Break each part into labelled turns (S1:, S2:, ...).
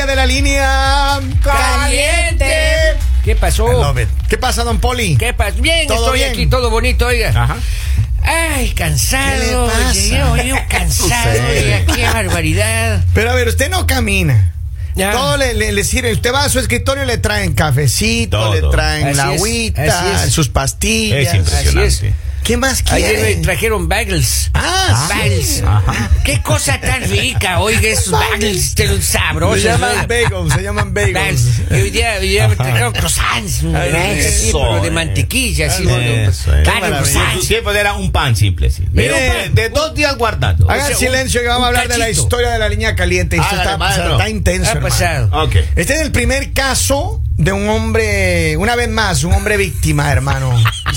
S1: eh, línea
S2: Caliente. ¿Qué pasó?
S1: I love it. ¿Qué pasa, don Poli?
S2: ¿Qué pasó? Bien,
S1: Ah, Todo
S2: estoy
S1: bien.
S2: aquí, todo bonito, oiga.
S1: Ajá.
S2: Ay, cansado.
S1: ¿Qué le pasa?
S2: Llegué, oye, cansado.
S1: Sucede.
S2: oiga, qué barbaridad.
S1: Pero a ver, usted no camina.
S2: Ya.
S1: Todo le, le- le sirve. Usted va a su escritorio, le traen cafecito,
S3: Todo.
S1: le traen
S2: Así
S1: la
S2: es,
S1: agüita,
S2: así es.
S1: sus pastillas.
S3: Es impresionante.
S2: Así es.
S1: ¿Qué más
S2: Ayer me
S1: quiere?
S2: trajeron bagels.
S1: Ah,
S2: bagels.
S1: sí.
S3: Ajá.
S2: Qué cosa tan rica, oiga, esos
S1: Bagels.
S2: bagels, te los
S1: Se
S2: sabrosos.
S1: llaman
S2: oiga.
S1: bagels, se llaman bagels.
S2: Bagels. Y hoy día, hoy día me trajeron croissants. un
S1: Ay,
S2: gran-
S1: eso,
S2: sí, pero de
S3: eh.
S2: mantequilla, así.
S1: Eso,
S2: varios
S3: eh.
S1: maravilla.
S3: En sus
S2: croissants.
S3: tiempos pues era un pan simple, sí.
S2: Mira,
S3: Mire,
S2: un pan.
S3: de dos días guardando.
S1: Hagan
S2: sea, un-
S1: silencio que vamos a
S2: un
S1: hablar de la
S2: cachito.
S1: historia de la línea caliente. Esto
S3: Hágale,
S1: está,
S3: maestro.
S1: está intenso.
S2: Ha
S1: hermano.
S2: pasado.
S3: Ok.
S1: Este es el primer caso de un hombre, una vez más, un hombre víctima, hermano.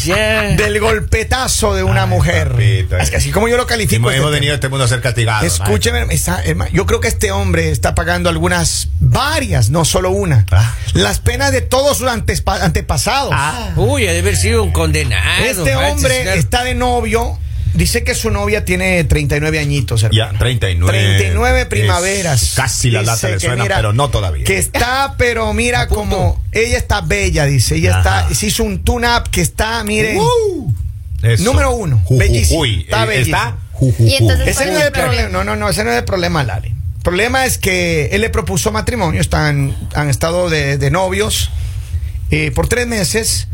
S2: Ya.
S1: del golpetazo de una mujer.
S3: papito, eh.
S1: Es que así como yo lo califico.
S3: Hemos,
S1: este
S3: hemos
S1: tema.
S3: venido a este mundo a ser castigados.
S1: Escúcheme, está- herma- yo creo que este hombre está pagando algunas, varias, no solo una.
S3: Ah.
S1: Las penas de todos sus antespa- antepasados.
S3: Ah.
S2: Uy, ha de haber sido un condenado.
S1: este
S2: manches,
S1: hombre
S2: claro.
S1: está de novio. Dice que su novia tiene 39 añitos, hermano.
S3: Ya, 39.
S1: 39
S3: Es
S1: primaveras.
S3: casi la
S1: Dice
S3: lata le
S1: que
S3: suena, pero no todavía.
S1: Que está, pero mira como ella está bella, dice. Ella
S3: Ajá.
S1: está, se hizo un tune-up que está, miren.
S3: Uh, eso.
S1: Número uno,
S3: Jujuy,
S1: bellísimo,
S3: eh,
S1: está bellísimo.
S3: está jujuy.
S4: Y entonces-
S1: Ese no
S4: Uy,
S1: es el
S4: claro.
S1: problema. No, no, no, ese no es el problema, Lali. El problema es que él le propuso matrimonio, están, han estado de, de novios eh, por tres meses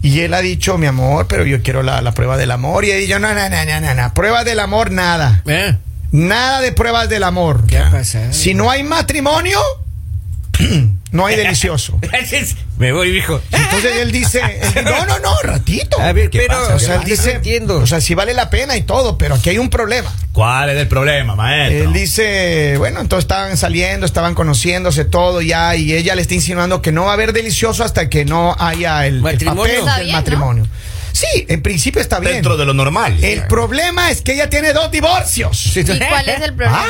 S1: y él ha dicho, mi amor, pero yo quiero la, la prueba del amor. Y ella, no, no, no, no, no, no, pruebas del amor, nada.
S2: ¿Eh?
S1: Nada de pruebas del amor.
S2: ¿Qué ha pasado?
S1: Si no hay matrimonio, no hay delicioso.
S2: Me voy, hijo.
S1: Entonces él dice, no, no, no, ratito.
S2: A ver,
S3: ¿Qué
S2: pero,
S3: pasa?
S2: o
S1: O sea,
S2: sea,
S1: él dice,
S2: no entiendo.
S1: o sea, sí vale la pena y todo, pero aquí hay un problema.
S3: ¿Cuál es el problema, maestro?
S1: Él Eh, dice, bueno, entonces estaban saliendo, estaban conociéndose todo ya, y ella le está insinuando que no va a haber delicioso hasta que no haya el, el
S2: Matrimonio.
S1: papel
S4: Está
S1: del
S4: bien, ¿no?
S1: matrimonio. Sí, en principio está bien.
S3: Dentro de lo normal.
S1: El problema es que ella tiene dos divorcios.
S2: Sí,
S4: ¿Y cuál es el
S1: ¿Ah?
S4: problema?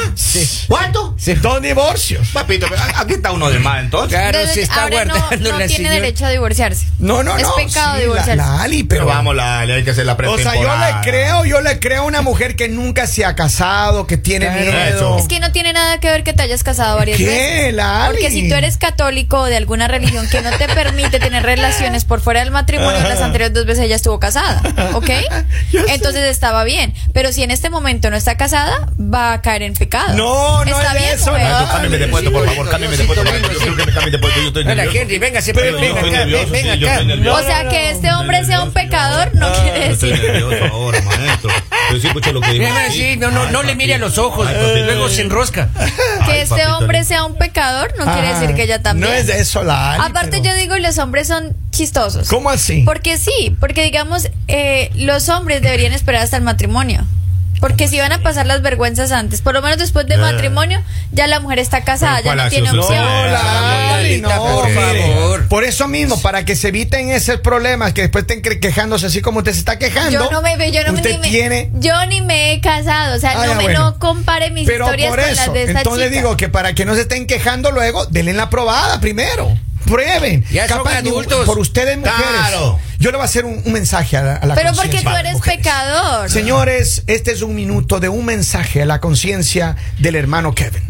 S3: ¿Cuánto?
S1: Dos divorcios.
S3: Papito, pero aquí está uno de más, entonces.
S2: ¿Eh? Claro,
S4: Entonces,
S2: se está
S4: ahora no-
S2: guardando
S4: no,
S2: la
S4: tiene
S2: señora.
S4: derecho a divorciarse.
S1: No, no, no.
S4: Es pecado
S1: sí,
S4: divorciarse.
S1: la, la Ali, pero,
S3: Pero vamos, la, le hay que hacer la
S1: O sea,
S3: pretemporada.
S1: yo le creo, yo le creo a una mujer que nunca se ha casado, que tiene
S2: Claro.
S1: miedo.
S3: Eso.
S4: Es que no tiene nada que ver que te hayas casado varias
S1: ¿Qué,
S4: veces.
S1: Lali?
S4: Porque si tú eres católico o de alguna religión que no te permite tener relaciones por fuera del matrimonio, las anteriores dos veces ella estuvo casada, ¿ok?
S1: Yo sé.
S4: Entonces estaba bien. Pero si en este momento no está casada, va a caer en pecado.
S1: No, no
S4: está
S1: es
S4: bien,
S1: eso,
S4: mujer.
S1: no.
S3: Ay, tú cámbiame de puesto, por favor, cámbiame de puesto. Yo quiero que me cambien de puesto, yo estoy
S2: Hola,
S3: nervioso.
S2: Henry, véngase,
S3: Pero
S2: pero, venga
S3: yo
S2: acá,
S3: estoy nervioso,
S2: venga
S3: sí, yo
S2: acá.
S3: estoy nervioso.
S4: O sea, que este hombre sea un pecador no quiere
S3: Yo estoy
S4: decir.
S3: nervioso ahora, maestro. Yo sí escucho lo que digo.
S2: Mira, sí, no, no, no le mire a los ojos,
S3: Ay, papito. eh.
S2: luego se enrosca.
S4: Que
S3: Ay,
S4: este
S3: papito, eh.
S4: hombre
S3: le-
S4: sea un pecador no quiere decir que ella también.
S1: No es de eso, la Ali,
S4: Aparte
S1: pero-
S4: yo digo, los hombres son chistosos.
S1: ¿Cómo así?
S4: Porque sí, porque digamos, eh, los hombres deberían esperar hasta el matrimonio. Porque si van a pasar las vergüenzas antes, por lo menos después del matrimonio, ya la mujer está casada,
S3: Pero
S4: ya
S3: ¿cuál
S4: no
S3: ha
S4: tiene
S3: sido su
S4: opción.
S1: Eh. No,
S3: Eh,
S1: la Ali, no,
S2: Lalita, por
S1: mire.
S2: favor.
S1: Por eso mismo, para que se eviten esos problemas, que después estén que- quejándose así como usted se está quejando.
S4: Yo no me ve, yo no me-
S1: usted
S4: ni me,
S1: tiene.
S4: yo ni me he casado, o sea,
S1: Ah,
S4: no
S1: ya,
S4: me
S1: bueno.
S4: no compare mis
S1: Pero
S4: historias
S1: por
S4: con
S1: eso,
S4: las de esta
S1: entonces
S4: chica.
S1: digo que para que no se estén quejando luego, denle la probada primero. Prueben.
S2: Ya son
S1: ni-
S2: adultos.
S1: Por ustedes, mujeres.
S3: Claro.
S1: Yo le voy a hacer un, un mensaje a la, a la
S4: Pero porque tú
S1: conciencia.
S4: eres
S1: Mujeres.
S4: pecador.
S1: Señores, este es un minuto de un mensaje a la conciencia del hermano Kevin.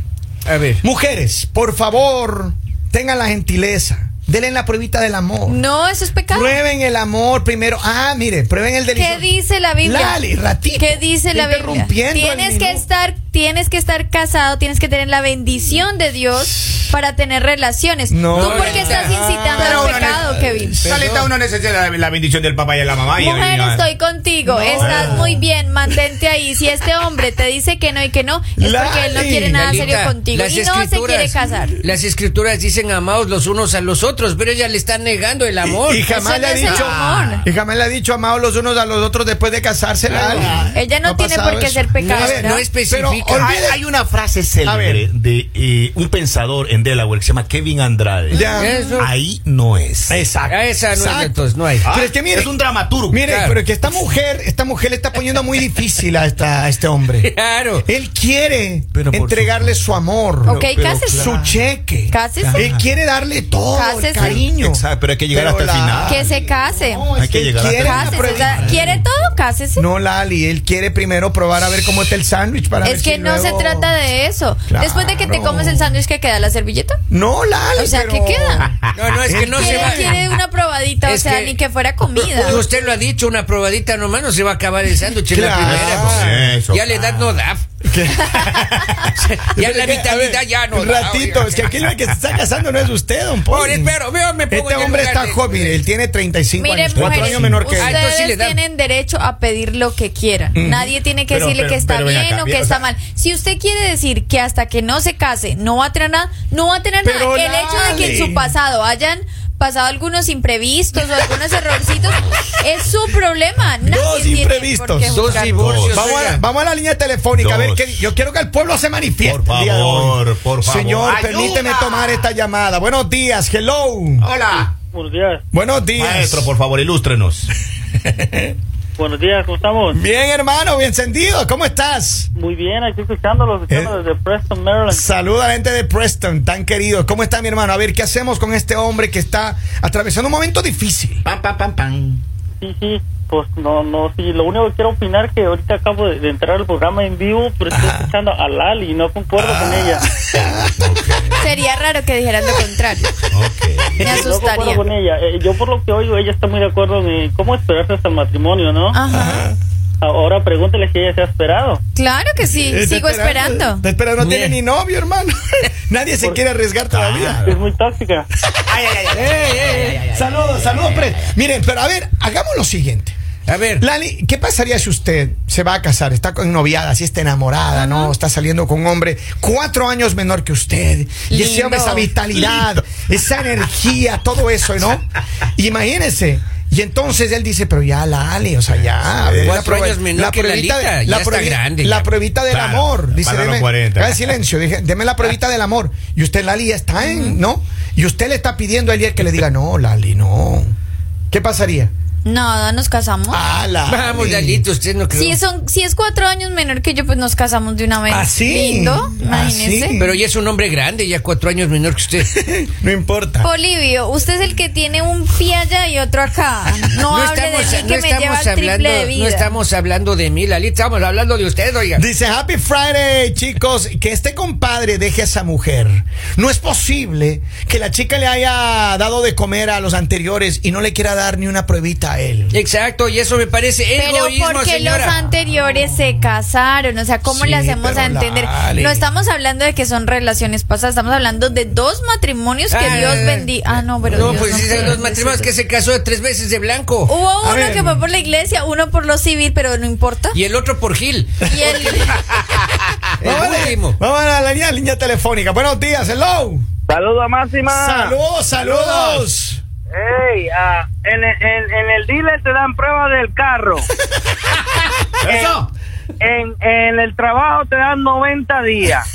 S2: A ver.
S1: Mujeres, por favor, tengan la gentileza. Denle la pruebita del amor.
S4: No, eso es pecado.
S1: Prueben el amor primero. Ah, mire, prueben el delicioso.
S4: ¿Qué dice la Biblia?
S1: Lali, ratito.
S4: ¿Qué dice la Biblia?
S1: Interrumpiendo el
S4: Tienes que
S1: minuto.
S4: estar, tienes que estar casado, tienes que tener la bendición de Dios para tener relaciones.
S1: No,
S4: ¿Tú por qué
S2: Lalita.
S4: estás incitando
S3: Pero
S4: al
S3: uno
S4: pecado,
S3: ne-
S4: Kevin?
S3: Salita, uno necesita la, la bendición del papá y de la mamá. y a mí,
S4: Mujer,
S3: ah,
S4: estoy contigo. Estás muy bien, mantente ahí. Si este hombre te dice que no y que no, es porque él no
S1: Lali.
S4: quiere nada
S2: Lalita,
S4: serio contigo
S2: las
S4: y no se
S2: escrituras-
S4: quiere casar.
S2: Las escrituras dicen amados los unos a los otros, pero ella le está negando el amor.
S1: Y jamás
S4: Eso
S1: le
S4: no
S1: ha
S4: es el
S1: dicho.
S4: amor.
S1: Y jamás le ha dicho amados los unos a los otros después de casarse. Lali.
S4: Ella no
S1: ha
S4: tiene
S1: pasado
S4: por qué
S1: eso.
S4: ser pecadora.
S1: A ver,
S2: No especifica.
S1: Pero
S3: Hay,
S1: olvide-
S3: hay una frase
S1: A ver.
S3: célebre de eh, un pensador en Delaware que se llama Kevin Andrade.
S1: Ya.
S2: Eso.
S3: Ahí no es.
S1: Exacto.
S2: A esa no es,
S1: Exacto.
S2: entonces, no hay.
S3: Ah,
S1: Pero es que mire-
S3: es un dramaturgo.
S1: Mire,
S2: Claro.
S1: pero que esta mujer, esta mujer le está poniendo muy difícil a, esta, a este hombre.
S2: Claro.
S1: Él quiere
S3: Pero por
S1: entregarle su amor.
S4: Ok, cásese.
S1: su cheque.
S4: Cásese.
S1: Él quiere darle todo el
S4: Cásese.
S1: cariño.
S3: Exacto, pero hay que llegar
S1: Pero
S3: hasta el
S1: la-
S3: final.
S4: Que se case.
S1: No, es
S3: Hay que llegar
S1: quiere
S3: hasta
S1: la
S4: Cásese, o
S1: prueba.
S4: sea, ¿Quiere todo? Cásese.
S1: No, Lali, él quiere primero probar a ver cómo está el sándwich para ver
S4: Es que
S1: y
S4: no se
S1: luego-
S4: trata de eso.
S1: Claro.
S4: Después de que te comes el sándwich que queda la servilleta.
S1: No, Lali,
S4: O sea,
S1: pero-
S4: ¿qué queda?
S2: No, no, es que no se
S4: quiere,
S2: va.
S4: quiere una probadita, o
S2: Es
S4: sea,
S2: que-
S4: ni que fuera comida.
S2: U- Usted lo ha dicho, una probadita nomás no se va a acabar el sándwich en la
S1: Claro.
S2: primera. pues.
S3: Eso,
S2: ya la edad
S3: claro.
S2: no da.
S1: ¿Qué?
S2: Ya
S1: A
S2: la
S1: ver,
S2: vitalidad ya no
S1: Un
S2: da.
S1: ratito,
S2: oiga.
S1: es que aquí el que se está casando no es usted, don Poli.
S2: Pobre, pero, veo, me pongo
S1: Este
S2: en el
S1: hombre
S2: lugar
S1: está
S2: de-
S1: joven, él tiene 35
S4: Miren,
S1: años, 4
S4: mujeres,
S1: años menor que él.
S2: Ah, entonces sí
S4: ustedes
S2: le dan.
S4: tienen derecho a pedir lo que quieran. Nadie tiene que
S3: Pero-
S4: decirle
S3: pero-
S4: que está
S3: pero ven
S4: bien
S3: acá,
S4: o que
S3: mira, o
S4: está
S3: sea-
S4: mal. Si usted quiere decir que hasta que no se case no va a tener nada, no va a tener
S1: Pero,
S4: nada. El hecho de que en
S1: Lali.
S4: su pasado hayan pasado algunos imprevistos o algunos errorcitos es su problema. Nadie
S1: Dos
S4: tiene por qué
S1: imprevistos. Dos
S4: juzgar.
S2: Dos divorcios.
S1: Vamos a,
S2: oiga.
S1: la- vamos a la línea telefónica, a ver,
S3: Dos.
S1: qué, yo quiero que el pueblo se manifieste.
S3: Por
S1: el día de hoy.
S3: favor, por favor.
S1: Señor,
S3: ¡Ayuda!
S1: permíteme tomar esta llamada. Buenos días, hello.
S2: Hola.
S5: Buenos días.
S1: Buenos días.
S3: Maestro, por favor, ilústrenos.
S5: Buenos días, ¿cómo estamos?
S1: Bien, hermano, bien encendido, ¿cómo estás?
S5: Muy bien, aquí escuchándolos, escuchando
S1: Eh.
S5: desde Preston, Maryland.
S1: Saluda a la gente de Preston, tan querido. ¿Cómo está mi hermano? A ver, ¿qué hacemos con este hombre que está atravesando un momento difícil?
S2: Pam, pam, pam, pam.
S5: Sí, sí, pues no, no, sí, lo único que quiero opinar que ahorita acabo de, de entrar al programa en vivo, pero estoy escuchando a Lali y no concuerdo con
S1: Ah.
S5: ella.
S4: Sería raro que dijeran lo contrario.
S3: Ok.
S4: Me
S5: No concuerdo
S4: asustaría.
S5: con ella. Eh, yo por lo que oigo, ella está muy de acuerdo en cómo esperarse hasta el matrimonio, ¿no?
S4: Ah. Ajá.
S5: Ahora pregúntele si ella se ha esperado.
S4: Claro que sí,
S1: Eh, está
S4: sigo esperando.
S1: Está esperando, no tiene
S2: Bien.
S1: ni novio, hermano. Nadie se quiere arriesgar todavía.
S5: Es muy tóxica.
S1: Saludos, saludos, Pre. Miren, pero a ver, hagamos lo siguiente.
S2: A ver.
S1: Lali, ¿qué pasaría si usted se va a casar? Está con noviada, si está enamorada, ¿no? Está saliendo con un hombre cuatro años menor que usted. Y ese
S4: Lindo.
S1: hombre, esa vitalidad, esa energía, todo eso, ¿no? Imagínense. Y entonces él dice, pero ya, Lali, o sea, ya.
S3: Sí.
S1: la
S2: Cuatro
S1: prueba-
S2: años menor que
S1: pruebita
S2: Lalita,
S1: de-
S2: ya está
S1: pruebi-
S2: grande,
S1: La
S2: ya.
S1: pruebita del
S3: Claro,
S1: amor. Dice,
S3: para los
S1: deme,
S3: 40.
S1: haga silencio, dije, deme la pruebita del amor. Y usted, Lali, ya está en, ¿no? Y usted le está pidiendo a él que le diga, no, Lali, no. ¿Qué pasaría?
S4: Nada, nos casamos.
S1: Ah, Lali.
S2: Vamos, Lalito, usted no creo.
S4: Si son, si es cuatro años menor que yo, pues nos casamos de una vez.
S1: Ah, sí.
S4: Lindo,
S1: Ah, sí.
S4: imagínese.
S2: Pero ya es un hombre grande, ya cuatro años menor que usted.
S1: No importa.
S4: Polivio, usted es el que tiene un pie allá y otro acá. No, hable de mí que
S2: no
S4: me lleva
S2: estamos
S4: al triple
S2: hablando,
S4: de vida.
S2: no estamos hablando de mí, Lalita, estamos hablando de usted, oiga.
S1: Dice Happy Friday, chicos, que este compadre deje a esa mujer. No es posible que la chica le haya dado de comer a los anteriores y no le quiera dar ni una pruebita a él.
S2: Exacto, y eso me parece
S4: Pero
S2: egoísmo,
S4: porque
S2: señora.
S4: los anteriores se casaron, o sea, ¿cómo
S1: Sí,
S4: le hacemos
S1: pero
S4: a entender?
S1: dale.
S4: No estamos hablando de que son relaciones pasadas, estamos hablando de dos matrimonios que
S2: Ah,
S4: Dios
S2: eh,
S4: bendiga. Ah, no, Uh. pero
S2: no,
S4: Dios
S2: pues sí,
S4: puede
S2: los
S4: bendecir.
S2: matrimonios que se casó tres veces de blanco.
S4: Hubo
S1: A
S4: uno
S1: ver.
S4: que fue por la iglesia, uno por lo civil, pero no importa.
S2: Y el otro por Gil.
S4: Y el- Ah,
S2: El
S1: Vamos a la-
S2: último.
S1: Vamos a la, línea, línea telefónica. Buenos días, hello.
S6: Saludos máxima.
S5: Ah,
S1: Saludos, saludos.
S6: Ey, ah, en, el- en- en el dealer te dan pruebas del carro.
S2: Eso.
S6: En, en el trabajo te dan 90 días.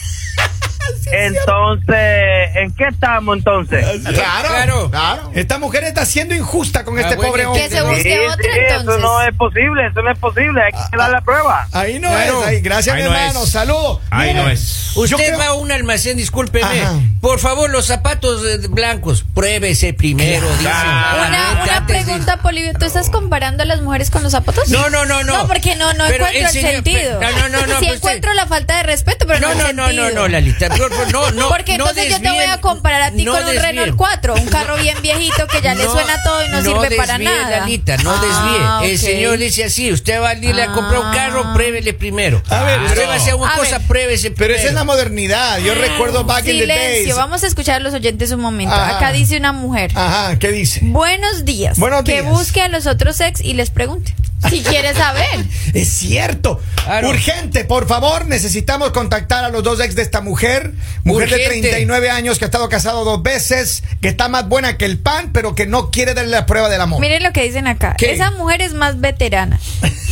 S6: entonces, ¿en qué estamos
S1: Eh,
S6: entonces?
S1: Claro,
S2: Claro.
S1: Esta mujer está siendo injusta con
S2: Ah,
S1: este
S2: bueno,
S1: pobre
S2: ¿y
S1: hombre.
S4: que se
S1: ¿no?
S4: busque otro
S6: eso
S4: entonces.
S6: no es posible, eso no es posible, hay
S1: Ah,
S6: que dar la prueba.
S1: Ahí no
S2: Claro.
S1: es. ahí. Gracias,
S3: Ahí
S1: mi
S3: no
S1: hermano.
S3: es.
S1: Saludos.
S3: Ahí
S1: Miren,
S3: no es.
S1: yo
S2: Usted
S1: creo-
S2: va a un almacén, discúlpeme.
S1: Ajá.
S2: Por favor, los zapatos eh, blancos, pruébese primero. dice.
S4: Una,
S2: Antes
S4: una
S2: de-
S4: pregunta, Polivio, ¿tú estás comparando a las mujeres con los zapatos?
S2: No, no, no, no.
S4: No, porque no, no
S2: Pero
S4: encuentro el
S2: enseña-
S4: sentido.
S2: pero- no, no, no, no,
S4: Sí
S2: pues,
S4: encuentro la falta de respeto, pero
S2: No,
S4: no,
S2: no,
S4: el
S2: no, no,
S4: sentido.
S2: no, Lalita. por favor, no, no.
S4: Porque
S2: no
S4: entonces yo te voy
S2: desvíen,
S4: a comparar a ti
S2: no
S4: con un
S2: desvíen.
S4: Renault 4, un carro bien viejito que ya le
S2: No,
S4: suena todo y no, sirve para
S2: desvíe,
S4: nada.
S2: Lalita, no
S4: Ah,
S2: desvíe. El
S4: ok. Ah.
S2: señor dice así: usted va a irle a comprar un carro, pruébele primero.
S1: A ver,
S2: usted
S1: pero-
S2: va a hacer una
S4: a
S2: cosa,
S4: ver.
S2: pruébese
S1: Pero
S2: primero.
S1: esa es la modernidad. Yo recuerdo back in the
S4: Ah, Silencio,
S1: days.
S4: vamos a escuchar a los oyentes un momento.
S1: Ajá.
S4: Acá dice una mujer.
S2: Ah.
S1: Ajá, ¿qué dice?
S4: Buenos días.
S1: Buenos
S4: que
S1: días.
S4: busque a los otros ex y les pregunte. Si quiere saber.
S1: Es cierto.
S2: Claro.
S1: Urgente, por favor, necesitamos contactar a los dos ex de esta mujer. Mujer de
S2: Urgente.
S1: 39 años que ha estado casado dos veces, que está más buena que el pan, pero que no quiere darle la prueba del amor.
S4: Miren lo que dicen acá.
S1: Oh. ¿Qué?
S4: Esa mujer es más veterana.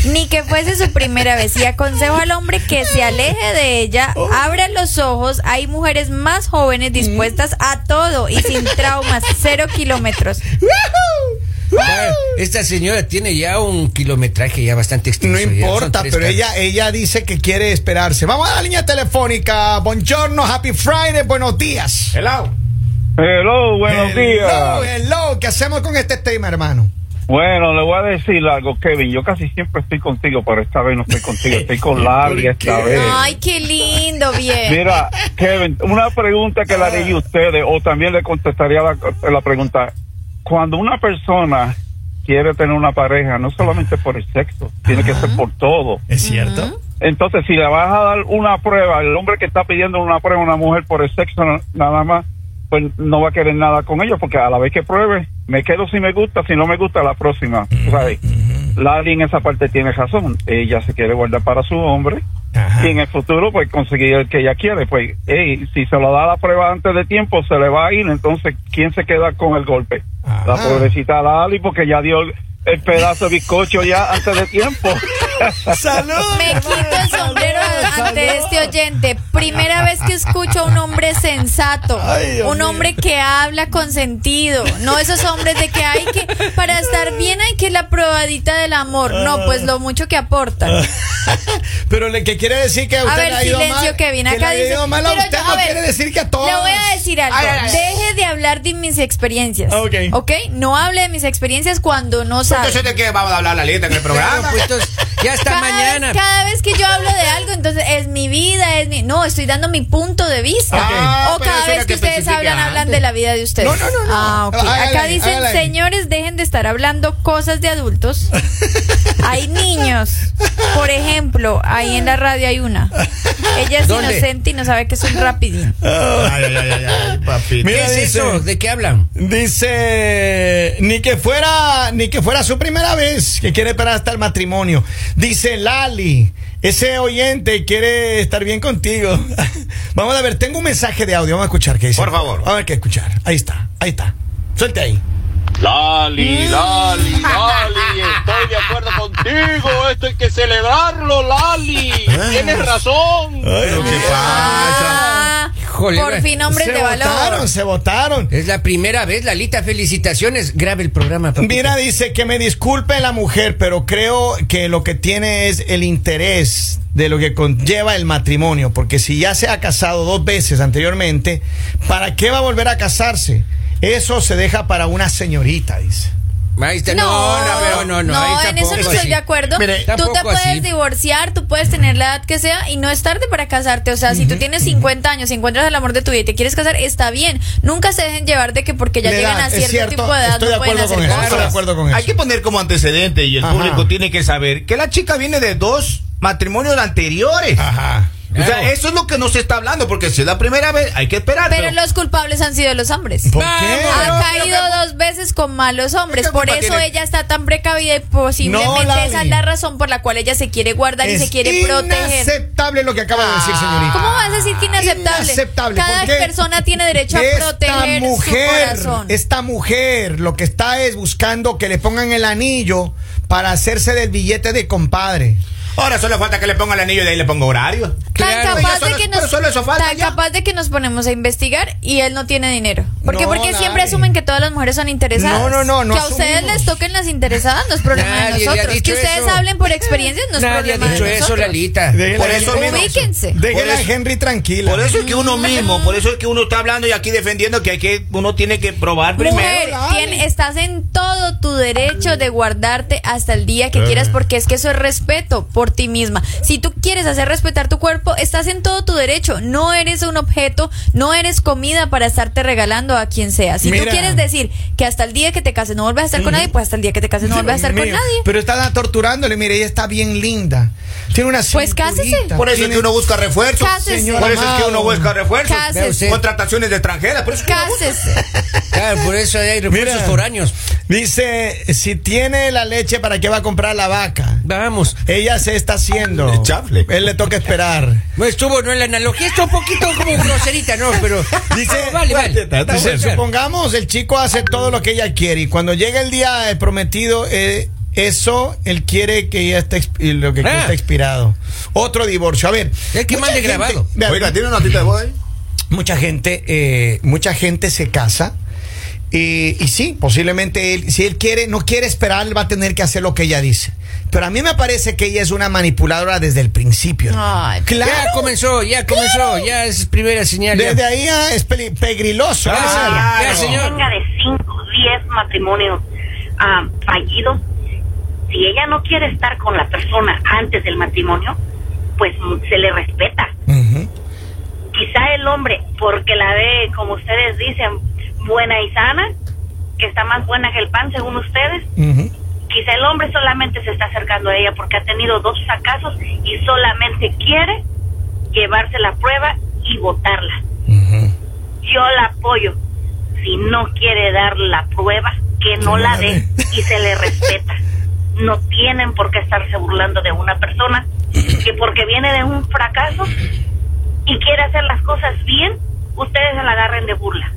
S4: Ni que fuese su primera vez. Y aconsejo al hombre que se aleje de ella, abra los ojos. Hay mujeres más jóvenes dispuestas a todo y sin traumas. Cero kilómetros.
S2: Ah, Esta señora tiene ya un kilometraje ya bastante extenso.
S1: No
S2: ya son
S1: importa,
S2: tres
S1: pero
S2: carros.
S1: ella, ella dice que quiere esperarse. Vamos a la línea telefónica. Buongiorno, happy Friday, buenos días.
S3: Hello.
S6: Hello, buenos
S1: Hello, hello. ¿Qué hacemos con este tema, hermano?
S6: Bueno, le voy a decir algo, Kevin. Yo casi siempre estoy contigo, pero esta vez no estoy contigo. Estoy con Larry esta
S1: ¿Por qué?
S6: vez.
S4: Ay, qué lindo, bien.
S6: Eh. Mira, Kevin, una pregunta que le haría a
S1: Ah.
S6: ustedes, o también le contestaría la, la pregunta. Cuando una persona quiere tener una pareja, no solamente por el sexo, tiene que ser por todo.
S1: ¿Es cierto?
S6: Entonces, si le vas a dar una prueba, el hombre que está pidiendo una prueba a una mujer por el sexo na- nada más, pues no va a querer nada con ellos, porque a la vez que pruebe, me quedo si me gusta, si no me gusta, la próxima. Tú ¿Sabes? Larry en esa parte tiene razón. Ella se quiere guardar para su hombre
S1: Ajá.
S6: y en el futuro, pues conseguir el que ella quiere. Pues, hey, si se lo da la prueba antes de tiempo, se le va a ir. Entonces, ¿quién se queda con el golpe? La
S1: Ajá.
S6: pobrecita Lali, porque ya dio el- el pedazo de bizcocho ya antes de tiempo.
S1: ¡Salud!
S4: Me quito el sombrero ante este oyente. Primera vez que escucho a un hombre sensato,
S1: Ay, Dios
S4: un
S1: mío.
S4: hombre que habla con sentido, no esos hombres de que hay que para estar bien hay que la probadita del amor. No, pues lo mucho que aportan.
S1: Ah. Pero le que quiere decir que a
S4: A
S1: usted
S4: ver,
S1: le ha ido
S4: silencio,
S1: mal. que
S4: Kevin.
S1: le
S4: Acá
S1: ha
S4: dice.
S1: ido mal a
S4: Pero
S1: usted
S4: yo-
S1: no
S4: ver,
S1: quiere decir que a todos.
S4: Le voy a decir algo.
S1: Ay, ay, ay.
S4: Deje de hablar de mis experiencias.
S1: Ah, Ok.
S4: ¿Ok? No hable de mis experiencias cuando no sabe.
S7: Entonces, ¿de qué vamos a hablar la lista en el
S2: Pero,
S7: programa?
S2: pues, entonces, ya hasta
S4: Cada
S2: mañana.
S4: Vez, cada vez que yo hablo de algo, entonces es mi vida, es mi. No, estoy dando mi punto de vista.
S7: Ah,
S4: o
S7: pero
S4: cada
S7: eso era
S4: vez que
S7: que
S4: ustedes
S7: especifique
S4: hablan, hablan
S7: antes.
S4: de la vida de ustedes.
S1: No, no, no, no.
S4: Ah, ok.
S1: Hágale,
S4: Acá dicen,
S1: hágale.
S4: señores, dejen de estar hablando cosas de adultos. hay niños. Por ejemplo, ahí en la radio hay una. Ella es
S2: ¿Dónde?
S4: inocente y no sabe que es un rapidín.
S3: Ay, ay, ay, ay, ay, papito.
S2: ¿Qué
S1: Mira,
S2: es
S1: dice-
S2: eso? ¿De qué hablan?
S1: Dice, ni que fuera, ni que fuera su primera vez que quiere esperar hasta el matrimonio. Dice Lali, ese oyente quiere estar bien contigo. Vamos a ver, tengo un mensaje de audio, vamos a escuchar qué dice.
S7: Por favor.
S1: A ver qué escuchar. Ahí está, ahí está. Suelte ahí.
S8: Lali, Lali, Lali, estoy de acuerdo contigo, esto hay que celebrarlo, Lali, tienes razón.
S1: Pero qué
S4: Ah,
S2: Híjole,
S4: por
S2: bueno.
S4: fin, hombres
S1: se
S4: de valor.
S1: votaron, se votaron.
S2: Es la primera vez, Lalita. Felicitaciones. Grabe el programa. papito.
S1: Mira, dice que me disculpe la mujer, pero creo que lo que tiene es el interés de lo que conlleva el matrimonio, porque si ya se ha casado dos veces anteriormente, ¿para qué va a volver a casarse? Eso se deja para una señorita, dice.
S2: Ahí está. No, no, pero no, no. ahí
S4: en eso no
S2: tampoco
S4: estoy
S2: así.
S4: de acuerdo.
S2: Mire,
S4: tú te
S2: tampoco
S4: puedes
S2: así.
S4: divorciar, tú puedes tener la edad que sea y no es tarde para casarte. O sea, si tú tienes 50 años y encuentras el amor de tu vida y te quieres casar, está bien. Nunca se dejen llevar de que porque ya
S1: La
S4: llegan
S1: edad,
S4: a
S1: es
S4: cierto,
S1: cierto,
S4: tipo de edad
S1: estoy de
S4: no pueden
S1: acuerdo
S4: hacer
S1: con eso.
S4: cosas.
S1: Estoy de acuerdo con eso.
S7: Hay que poner como antecedente y el
S1: Ajá.
S7: público tiene que saber que la chica viene de dos matrimonios anteriores.
S1: Ajá.
S7: O
S2: Claro.
S7: sea, eso es lo que no se está hablando, porque si es la primera vez, hay que esperar.
S4: Pero los culpables han sido los hombres.
S1: ¿Por qué?
S2: Vamos.
S4: Ha
S7: Pero-
S4: caído dos veces con malos hombres.
S7: ¿Qué
S4: Por
S7: culpa
S4: eso
S7: tiene?
S4: ella está tan precavida y posiblemente
S1: No, Lali.
S4: esa es la razón por la cual ella se quiere guardar y
S1: es
S4: se quiere proteger.
S1: inaceptable lo que acaba de decir, señorita.
S4: ¿Cómo vas a decir que inaceptable?
S1: Inaceptable,
S4: Cada
S1: ¿por qué?
S4: persona tiene derecho a proteger su corazón.
S1: Esta mujer lo que está es buscando que le pongan el anillo para hacerse del billete de compadre.
S7: Ahora solo falta que le ponga el anillo y de ahí le pongo horario.
S4: Tan
S2: Claro.
S4: capaz
S7: Pero
S4: de
S7: solo-
S4: que
S7: pero
S4: nos
S7: solo eso falta,
S4: tan
S7: ya.
S4: capaz de que nos ponemos a investigar y él no tiene dinero. ¿Por qué?
S1: No,
S4: Porque siempre
S1: nadie.
S4: asumen que todas las mujeres son interesadas.
S1: No, no, no, no
S4: Que a ustedes
S1: asumimos.
S4: les toquen las interesadas no es problema
S2: Nadie
S4: de
S2: ha
S4: nosotros. Que
S2: dicho
S4: ustedes
S2: eso.
S4: hablen por experiencias no es
S2: Nadie ha
S4: problema
S2: dicho
S4: de
S2: eso,
S4: nosotros.
S2: Lalita.
S7: Por eso mismo.
S4: Ubíquense.
S1: Déjela
S7: Por
S1: a
S7: eso-
S1: Henry tranquila.
S7: Por eso es que uno mismo, por eso es que uno está hablando y aquí defendiendo que hay que, uno tiene que probar
S4: Mujer,
S7: primero.
S4: tien- estás en todo tu derecho de guardarte hasta el día que quieras, porque es que eso es respeto por ti misma. Si tú quieres hacer respetar tu cuerpo, estás en todo tu derecho. No eres un objeto, no eres comida para estarte regalando a quien sea. Si tú
S1: Mira.
S4: quieres decir que hasta el día que te cases no vuelvas a estar con nadie, pues hasta el día que te cases no vuelvas a estar con
S1: Dios mío.
S4: nadie.
S1: Pero está torturándole, mire, ella está bien linda. Tiene una
S4: Pues cásese.
S1: cinturita,
S7: Por eso es
S1: tiene-
S7: que uno busca refuerzos.
S4: Cásese.
S7: Señor Por eso es que uno
S1: amado.
S7: busca refuerzos.
S4: Cásese.
S2: Vea usted.
S7: Contrataciones de extranjeras. Por eso es que uno busca.
S4: Cásese.
S2: Claro, por eso hay refuerzos
S1: Mira.
S2: foráneos.
S1: Dice, si tiene la leche, ¿para qué va a comprar la vaca?
S2: Vamos.
S1: Ella se está haciendo.
S7: El chafle.
S1: Él le toca esperar.
S2: No estuvo, no, la analogía está un poquito como groserita, no, pero.
S1: Dice,
S4: Ah,
S2: vale, vale.
S7: Está- está
S1: Dice,
S7: bueno.
S1: supongamos el chico hace todo lo que ella quiere y cuando llega el día eh, prometido, eh, eso él quiere que ya esté exp- y lo que quiere
S2: Ah.
S1: está expirado. Otro divorcio. A ver.
S2: Es que
S1: mucha
S2: mande
S1: gente-
S2: grabado.
S1: Vea,
S7: Oiga, ¿tiene una notita de voz ahí?
S1: mucha gente, eh, mucha gente se casa. Y, y sí, posiblemente él, si él quiere, no quiere esperar, él va a tener que hacer lo que ella dice. Pero a mí me parece que ella es una manipuladora desde el principio.
S4: Ay,
S2: Ya comenzó, ya comenzó, ya es primera señal. ya.
S1: Desde ahí ah, es peli- pegriloso.
S2: Ah,
S1: Marcela.
S2: ya, señor.
S9: venga de 5, 10 matrimonios ah, fallido, si ella no quiere estar con la persona antes del matrimonio, pues mm, se le respeta.
S1: Ujú.
S9: Quizá el hombre, porque la ve, como ustedes dicen, buena y sana, que está más buena que el pan, según ustedes,
S1: Ujú.
S9: quizá el hombre solamente se está acercando a ella porque ha tenido dos fracasos y solamente quiere llevarse la prueba y votarla. Yo la apoyo. Si no quiere dar la prueba, que no la dé y se le respeta. No tienen por qué estarse burlando de una persona que porque viene de un fracaso y quiere hacer las cosas bien, ustedes se la agarren de burla.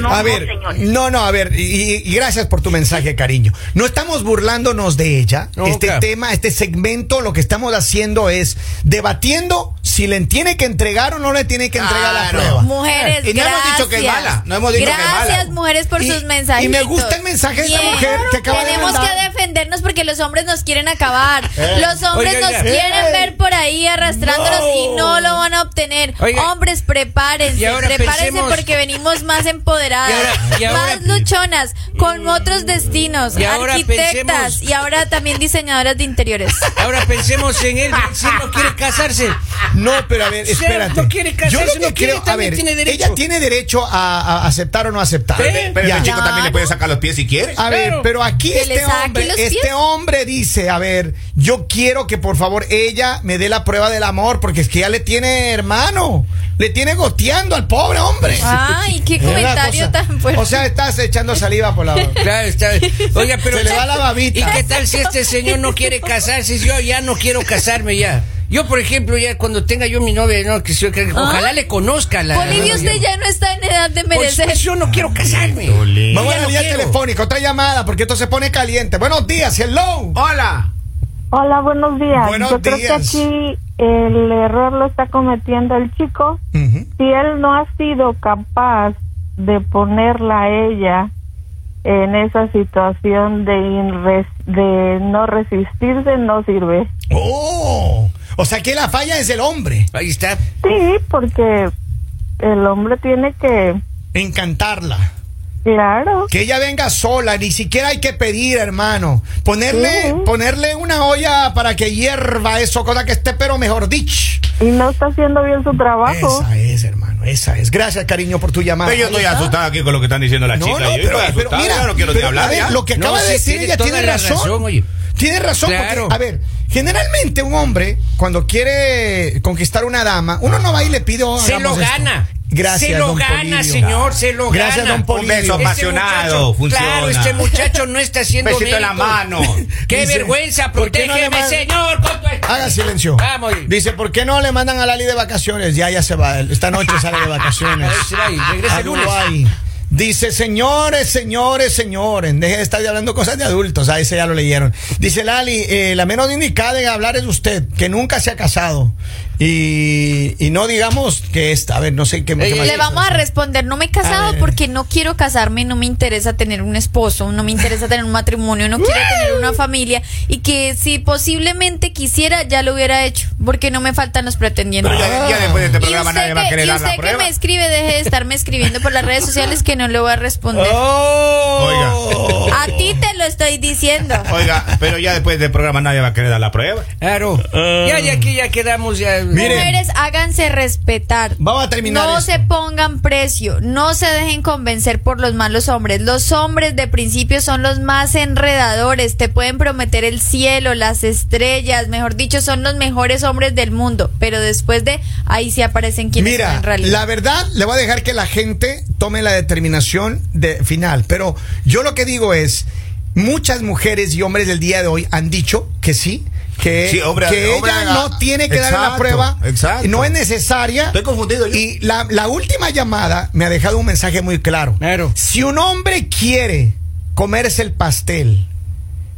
S9: No,
S1: a
S9: no,
S1: ver,
S9: señores.
S1: no, no, a ver, y, y gracias por tu mensaje, cariño. No estamos burlándonos de ella.
S2: Ok.
S1: Este tema, este segmento, lo que estamos haciendo es debatiendo si le tiene que entregar o no le tiene que entregar la
S7: Claro.
S1: prueba.
S4: Mujeres,
S7: Y no hemos
S4: gracias.
S7: dicho que es mala, no hemos dicho que es
S4: gracias,
S7: mala.
S4: mujeres, por
S1: Y-
S4: sus mensajes.
S1: y me gusta el mensaje de esta mujer que acaba de
S4: Tenemos
S1: mandar.
S4: que defendernos porque los hombres nos quieren acabar. los hombres
S2: Oiga,
S4: nos
S2: oiga.
S4: quieren
S1: Ey.
S4: ver por ahí arrastrándonos
S1: No.
S4: y no lo van a obtener.
S2: Oiga.
S4: Hombres,
S2: Y
S4: prepárense,
S2: ahora
S4: prepárense
S2: pensemos-
S4: porque venimos más
S2: Y
S4: empoderadas,
S2: ahora- y ahora-
S4: más luchonas, con otros destinos,
S2: Y ahora
S4: arquitectas
S2: pensemos-
S4: y ahora también diseñadoras de interiores.
S2: Ahora pensemos en él, si él no quiere casarse.
S1: No, pero a ver,
S2: Sí,
S1: espérate.
S2: no quiere casarse,
S1: Yo lo que
S2: no quiere,
S1: creo, a
S2: también
S1: ver,
S2: tiene derecho.
S1: ella tiene derecho a, a aceptar o no aceptar.
S2: Sí.
S7: Pero, pero
S1: Ya.
S7: el chico también le
S4: Claro.
S7: puede sacar los pies si quiere.
S1: A ver,
S2: Claro.
S1: pero aquí
S4: Que le
S1: este
S4: saque
S1: hombre,
S4: los pies.
S1: este hombre dice, a ver, yo quiero que por favor ella me dé la prueba del amor, porque es que ya le tiene hermano, le tiene goteando al pobre hombre.
S4: Ay, qué
S1: Es una
S4: comentario
S1: cosa-
S4: tan fuerte.
S1: O sea, estás echando saliva por la boca.
S2: Claro, está. Oiga, pero.
S1: Se le va la babita.
S2: ¿Y qué tal si este señor no quiere casarse? Yo ya no quiero casarme ya. Yo, por ejemplo, ya cuando tenga yo mi novia, no, que, yo- que ojalá le conozca la.
S4: Bolivia, usted ya no está en edad de merecer.
S2: Pues, yo no quiero casarme.
S7: Dole.
S1: Vamos a
S2: Ya
S1: la
S2: no
S1: línea
S2: quiero.
S1: telefónica, otra llamada, porque esto se pone caliente. Buenos días, hello.
S7: Hola.
S10: Hola, buenos días.
S1: Buenos
S10: Yo creo que
S1: días.
S10: aquí el error lo está cometiendo el chico.
S1: Ujú.
S10: Si él no ha sido capaz de ponerla a ella en esa situación de, inres- de no resistirse, no sirve.
S1: Oh, o sea que la falla es el hombre,
S2: Ahí está.
S10: Sí, porque el hombre tiene que,
S1: encantarla.
S10: claro,
S1: Que ella venga sola, ni siquiera hay que pedir, hermano. Ponerle,
S10: Ujú.
S1: ponerle una olla para que hierva eso, cosa que esté, pero mejor dicho.
S10: y no está haciendo bien su trabajo.
S1: Esa es, hermano, esa es. Gracias, cariño, por tu llamada.
S7: Pero yo estoy asustado aquí con lo que están diciendo las
S1: No,
S7: chicas.
S1: no,
S7: yo
S1: pero,
S7: estoy
S1: pero
S7: asustado,
S1: mira,
S7: ya no quiero ni
S1: pero,
S7: hablar.
S1: a ver,
S7: ya.
S1: lo que
S2: No,
S1: acaba de
S2: sí,
S1: decir
S2: tiene
S1: ella
S2: toda
S1: tiene
S2: la
S1: razón.
S2: razón, oye.
S1: Tiene razón,
S2: Claro.
S1: porque, a ver, generalmente un hombre, cuando quiere conquistar una dama, uno no va y le pide. "Oh,
S2: Se
S1: hagamos
S2: lo
S1: esto".
S2: gana.
S1: Gracias,
S2: Se lo
S1: don
S2: gana,
S1: Polibio.
S2: señor, se lo
S1: Gracias,
S2: gana. Este
S1: don
S7: Un beso
S1: Polibio.
S7: apasionado,
S2: muchacho- Claro,
S7: funciona.
S2: este muchacho no está haciendo
S7: Besito en la
S2: méritos.
S7: mano.
S2: ¡Qué
S1: Dice,
S2: vergüenza!
S1: ¿por qué no le Ah.
S2: ¡Protégeme,
S1: man-
S2: señor! con tu-
S1: Haga silencio.
S2: Vamos.
S1: Dice, ¿por qué no le mandan a Lali de vacaciones? Ya, ya se va. Esta noche sale de vacaciones.
S2: A ver si va ahí. Regresa el
S1: A
S2: lunes.
S1: Dubái. Dice, señores, señores, señores, deje de estar hablando cosas de adultos, a ese ya lo leyeron. Dice Lali, eh, la menos indicada en hablar es usted, que nunca se ha casado. Y, y no digamos que esta, a ver, no sé qué, qué
S2: Ey,
S1: más-
S4: Le vamos a responder, no me he
S1: A
S4: casado
S1: ver.
S4: porque no quiero casarme, no me interesa tener un esposo, no me interesa tener un matrimonio, no quiero tener una familia y que si posiblemente quisiera ya lo hubiera hecho porque no me faltan los pretendientes.
S7: Pero ya, ya después de este
S4: Y
S7: programa
S4: usted,
S7: nadie va a
S4: que,
S7: querer
S4: y
S7: dar la
S4: usted que
S7: prueba.
S4: me escribe, deje de estarme escribiendo por las redes sociales que no le voy a responder.
S1: Oh.
S4: A ti te lo estoy diciendo.
S7: Oiga, pero ya después del programa nadie va a querer dar la prueba.
S2: Claro. Ya, ya aquí ya quedamos ya.
S4: Mujeres, háganse respetar.
S1: Vamos a terminar
S4: No
S1: esto.
S4: se pongan precio. No se dejen convencer por los malos hombres. Los hombres de principio son los más enredadores. Te pueden prometer el cielo, las estrellas. Mejor dicho, son los mejores hombres del mundo. Pero después de ahí sí aparecen quienes son
S1: Mira,
S4: en realidad.
S1: la verdad, le voy a dejar que la gente tome la determinación de final. Pero yo lo que digo es, muchas mujeres y hombres del día de hoy han dicho que sí, que,
S7: Sí, hombre,
S1: que
S7: hombre,
S1: ella
S7: ah,
S1: no tiene que dar la
S7: exacto,
S1: prueba,
S7: exacto.
S1: no es necesaria.
S7: Estoy confundido yo.
S1: Y la, la última llamada me ha dejado un mensaje muy claro.
S2: Claro.
S1: Si un hombre quiere comerse el pastel,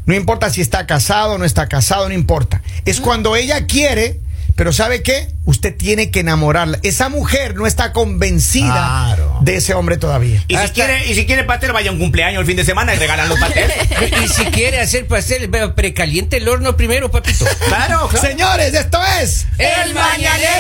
S1: no importa si está casado o no está casado, no importa. Es cuando ella quiere, pero ¿sabe qué? Usted tiene que enamorarla. Esa mujer no está convencida
S7: Claro.
S1: de ese hombre todavía.
S7: Y si, quiere, y si quiere pastel, vaya a un cumpleaños el fin de semana y regalan los pasteles.
S2: Y si quiere hacer pastel, vea, precaliente el horno primero, papito.
S7: claro, claro.
S1: Señores, esto es
S2: El Mañanero.